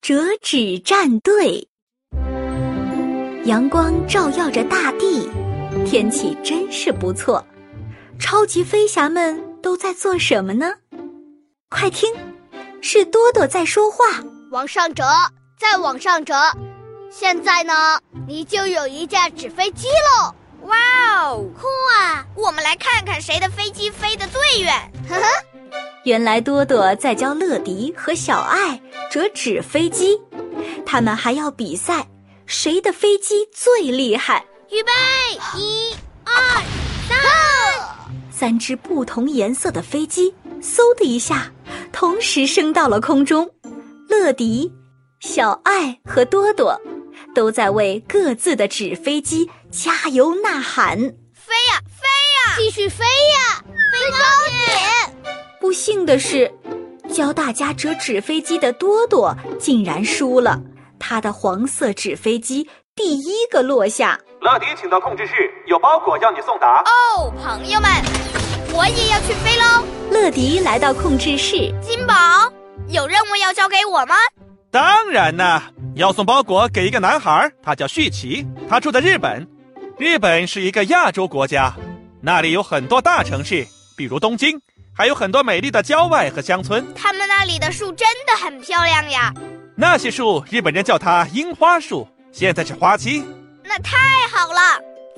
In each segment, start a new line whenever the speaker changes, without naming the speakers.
折纸战队，阳光照耀着大地，天气真是不错。超级飞侠们都在做什么呢？快听，是多多在说话。
往上折，再往上折。现在呢，你就有一架纸飞机喽！
哇哦，
酷啊！
我们来看看谁的飞机飞得最远。
呵呵，
原来多多在教乐迪和小爱折纸飞机，他们还要比赛谁的飞机最厉害。
预备，一、二、三！
三只不同颜色的飞机，嗖的一下，同时升到了空中。乐迪、小爱和多多都在为各自的纸飞机加油呐喊。
飞呀、飞呀、
继续飞呀，飞高点！
不幸的是，教大家折纸飞机的多多竟然输了，他的黄色纸飞机第一个落下。
乐迪，请到控制室，有包裹要你送达。
哦，朋友们，我也要去飞喽！
乐迪来到控制室，
金宝，有任务要交给我吗？
当然啦，要送包裹给一个男孩，他叫旭奇，他住在日本。日本是一个亚洲国家，那里有很多大城市，比如东京，还有很多美丽的郊外和乡村。
他们那里的树真的很漂亮呀，
那些树，日本人叫它樱花树，现在是花期。
那太好了！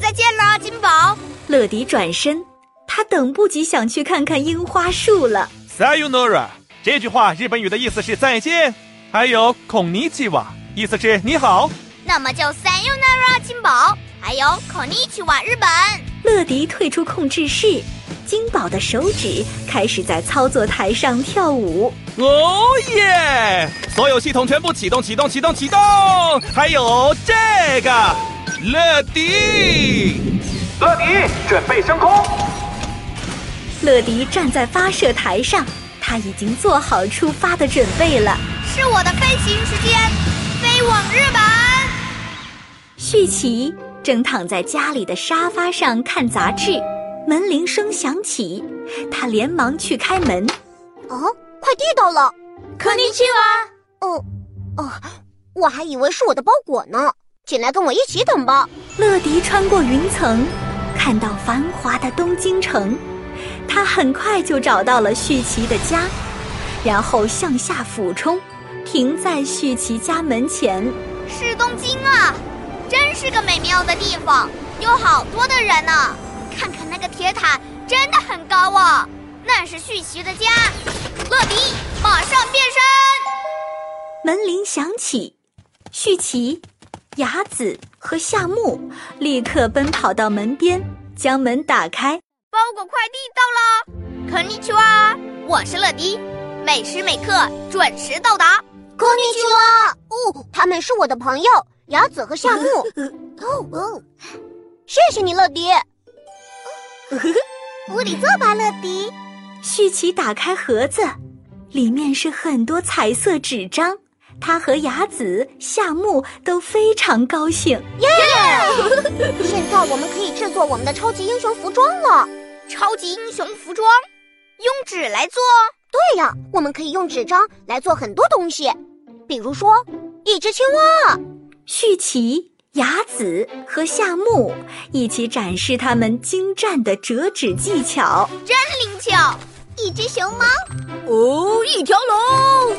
再见啦，金宝。
乐迪转身，他等不及想去看看樱花树了。
Sayonara 这句话日本语的意思是再见，还有孔尼基瓦，意思是你好。
那么就 Sayonara 金宝，还有 Konichiwa 日本。
乐迪退出控制室，金宝的手指开始在操作台上跳舞。
哦耶！所有系统全部启动，启动，启动，启动！还有这个乐迪，
乐迪，准备升空。
乐迪站在发射台上，他已经做好出发的准备了。
是我的飞行时间，飞往日本。
旭奇正躺在家里的沙发上看杂志，门铃声响起，他连忙去开门。
哦，快递到了！
Konichiwa。
哦，哦，我还以为是我的包裹呢。进来跟我一起等吧。
乐迪穿过云层，看到繁华的东京城，他很快就找到了旭奇的家，然后向下俯冲，停在旭奇家门前。
是东京啊，真是个美妙的地方，有好多的人呢、看看那个铁塔，真的很高啊，那是旭奇的家。乐迪，马上变身！
门铃响起，旭奇、雅子和夏木立刻奔跑到门边，将门打开。
包裹快递到了，肯尼去哇！我是乐迪，每时每刻准时到达。
こんにちは。哦，他们是我的朋友雅子和夏木。 哦哦，谢谢你，乐迪。无理坐吧，乐迪。
旭奇打开盒子，里面是很多彩色纸张。他和雅子、夏木都非常高兴。
现在我们可以制作我们的超级英雄服装了。
超级英雄服装，用纸来做。
对呀，我们可以用纸张来做很多东西，比如说一只青蛙。
旭奇、雅子和夏木一起展示他们精湛的折纸技巧。
真灵巧，
一只熊猫，
哦，一条龙，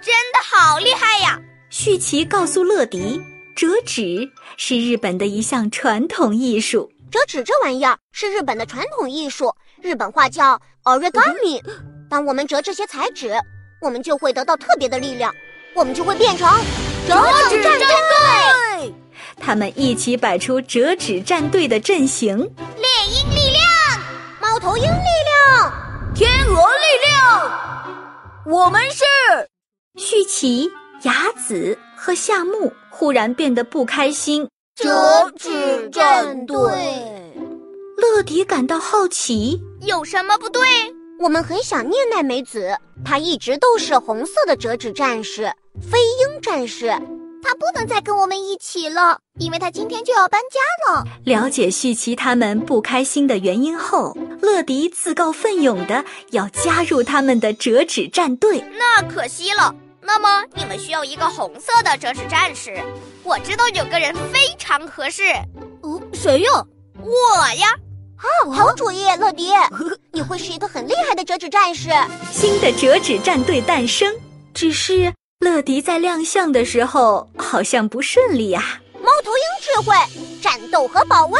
真的好厉害呀！
旭奇告诉乐迪，折纸是日本的一项传统艺术。
折纸这玩意儿是日本的传统艺术，日本话叫 origami。当我们折这些彩纸，我们就会得到特别的力量，我们就会变成折纸战队。
他们一起摆出折纸战队的阵型。
猎鹰力量，
猫头鹰力量，
天鹅力量，我们是
旭奇、雅子和夏木忽然变得不开心，
折纸战队。
乐迪感到好奇。
有什么不对？
我们很想念奈美子，她一直都是红色的折纸战士、飞鹰战士。她不能再跟我们一起了，因为她今天就要搬家了。
了解旭奇他们不开心的原因后，乐迪自告奋勇的要加入他们的折纸战队。
那可惜了，那么你们需要一个红色的折纸战士。我知道有个人非常合适，
呃
哦，谁呀？
我呀，
啊好主意，乐 迪，你会是一个很厉害的折纸战士。
新的折纸战队诞生。只是乐迪在亮相的时候好像不顺利啊呀、
猫头鹰智慧、战斗和保卫、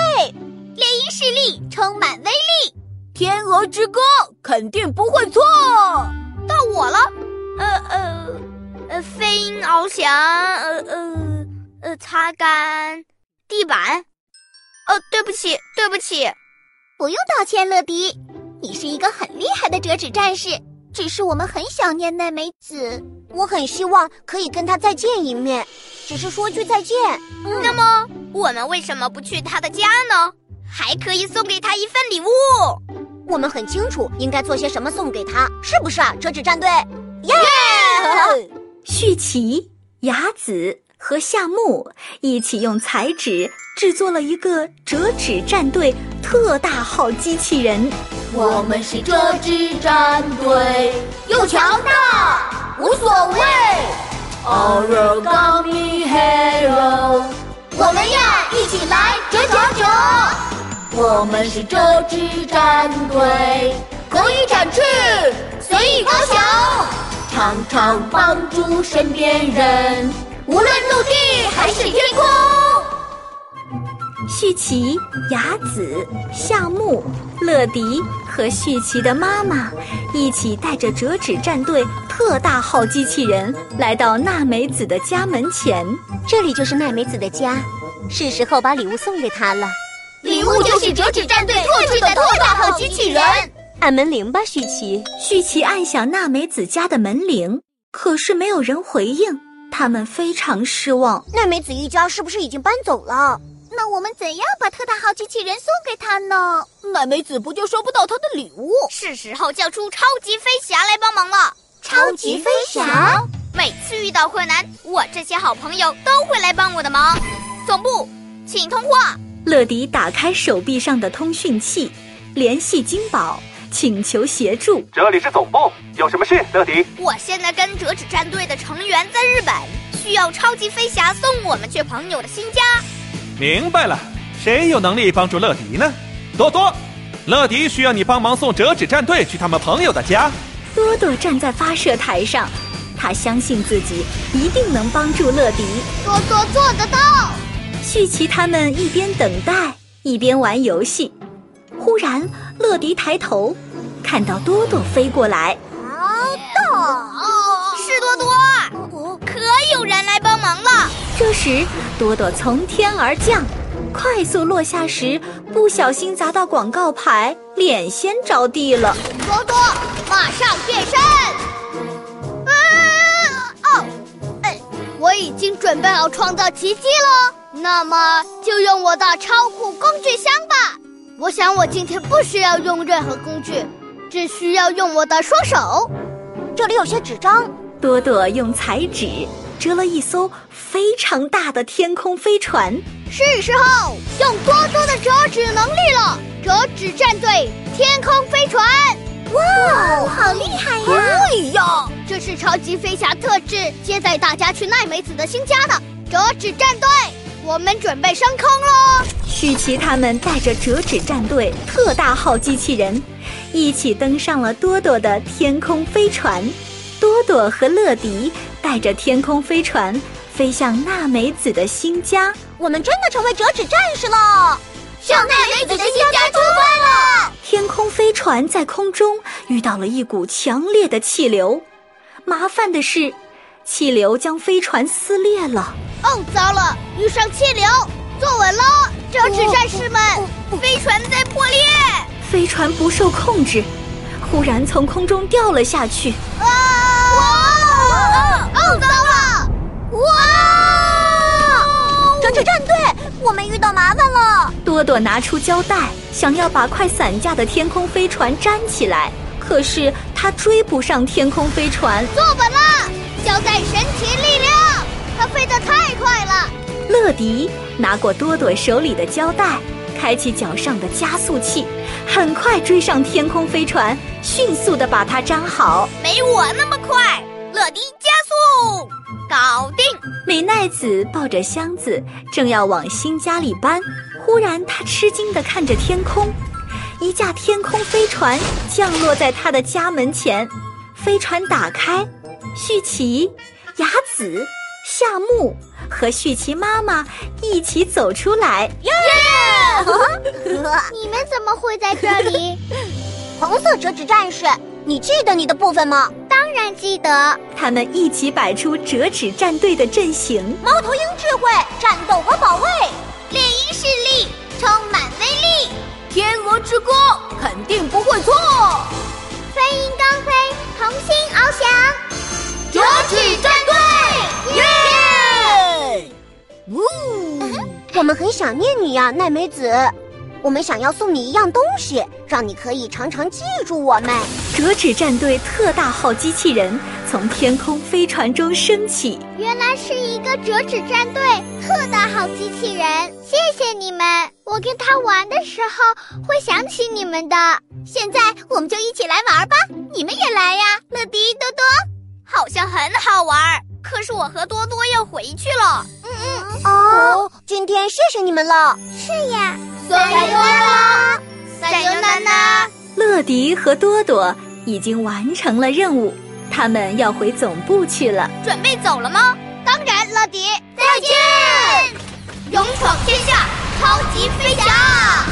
猎鹰视力充满威力。
天鹅之歌肯定不会错。
到我了，呃呃呃，飞鹰翱翔，呃呃呃，擦干地板。呃，对不起，对不起，
不用道歉，乐迪，你是一个很厉害的折纸战士，只是我们很想念奈美子。我很希望可以跟她再见一面，只是说句再见。
那么我们为什么不去他的家呢？还可以送给他一份礼物。
我们很清楚应该做些什么送给她，是不是啊，折纸战队？耶、
旭奇、雅子和夏木一起用彩纸制作了一个折纸战队特大号机器人。
我们是折纸战队，
又强大，无所谓，
Origami Hero，
我们呀，一起来折折折，
我们是折纸战队，
可以展翅，随意翱翔。
常常帮助身边人。
无论陆地还是天空，
旭奇、雅子、夏木、乐迪和旭奇的妈妈一起带着折纸战队特大号机器人来到娜美子的家门前。
这里就是奈美子的家，是时候把礼物送给她了。礼物就是折纸战队特制的特大号机器人。按门铃吧，旭奇。
旭奇按响娜美子家的门铃，可是没有人回应，他们非常失望。
奈美子一家是不是已经搬走了？那我们怎样把特大号机器人送给她呢？
奶美子不就收不到她的礼物？
是时候叫出超级飞侠来帮忙了。
超级飞侠，
每次遇到困难，我这些好朋友都会来帮我的忙。总部，请通话。
乐迪打开手臂上的通讯器，联系金宝，请求协助。
这里是总部，有什么事，乐迪？
我现在跟折纸战队的成员在日本，需要超级飞侠送我们去朋友的新家。
明白了，谁有能力帮助乐迪呢？多多，乐迪需要你帮忙送折纸战队去他们朋友的家。
多多站在发射台上，他相信自己一定能帮助乐迪。
多多做得到。
旭奇他们一边等待，一边玩游戏。忽然，乐迪抬头，看到多多飞过来。
哦，是多多，可有人来帮忙了。
这时，多多从天而降，快速落下时，不小心砸到广告牌，脸先着地了。
多多，马上变身！啊哦，哎，我已经准备好创造奇迹了，那么就用我的超酷工具箱吧。我想我今天不需要用任何工具，只需要用我的双手。
这里有些纸张，
多多用彩纸折了一艘非常大的天空飞船。
是时候用多多的折纸能力了，折纸战队天空飞船。
哦，好厉害呀！
对呀，这是超级飞侠特制接载大家去奈美子的新家的折纸战队，我们准备升空喽！
旭奇他们带着折纸战队特大号机器人，一起登上了多多的天空飞船。多多和乐迪带着天空飞船飞向娜美子的新家。
我们真的成为折纸战士了，向奈美子的新家出发了！
天空飞船在空中遇到了一股强烈的气流，麻烦的是，气流将飞船撕裂了。
哦，糟了，遇上气流，坐稳喽，折纸战士们，飞船在破裂！
飞船不受控制，忽然从空中掉了下去。
啊！哦，糟了！哇！
折纸战队，我们遇到麻烦了。
多多拿出胶带，想要把快散架的天空飞船粘起来，可是他追不上天空飞船。
坐稳了，交代神奇力量，它飞得太快了。
乐迪拿过多多手里的胶带，开启脚上的加速器，很快追上天空飞船，迅速地把它粘好。
没我那么快，乐迪加速。醋，搞定！
美奈子抱着箱子，正要往新家里搬，忽然她吃惊地看着天空，一架天空飞船降落在她的家门前。飞船打开，旭奇、雅子、夏木和旭奇妈妈一起走出来。
你们怎么会在这 里？红色折纸战士，你记得你的部分吗？当然记得。
他们一起摆出折纸战队的阵型。
猫头鹰智慧，战斗和保卫。
猎鹰势力充满威力，
天鹅之歌肯定不会错。
飞鹰高飞，同心翱翔。
折纸战队，耶！
我们很想念你呀、奈美子。我们想要送你一样东西，让你可以常常记住我们。
折纸战队特大号机器人从天空飞船中升起。
原来是一个折纸战队特大号机器人，谢谢你们！我跟他玩的时候会想起你们的。现在我们就一起来玩吧，你们也来呀！乐迪、多多，好像很好玩，可是我和多多要回去了。嗯
哦，今天谢谢你们了。
是呀，撒由啦，撒由啦啦。
乐迪和多多已经完成了任务，他们要回总部去了。
准备走了吗？当然，乐迪，再见！勇闯天下，超级飞侠！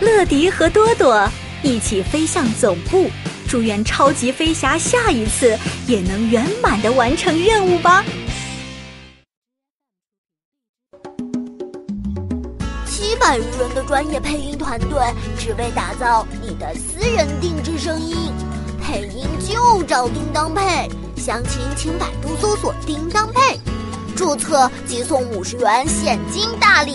乐迪和多多一起飞向总部，祝愿超级飞侠下一次也能圆满的完成任务吧。
七百余人的专业配音团队，只为打造你的私人定制声音。配音就找叮当配，详情请百度搜索“叮当配”，注册即送五十元现金大礼。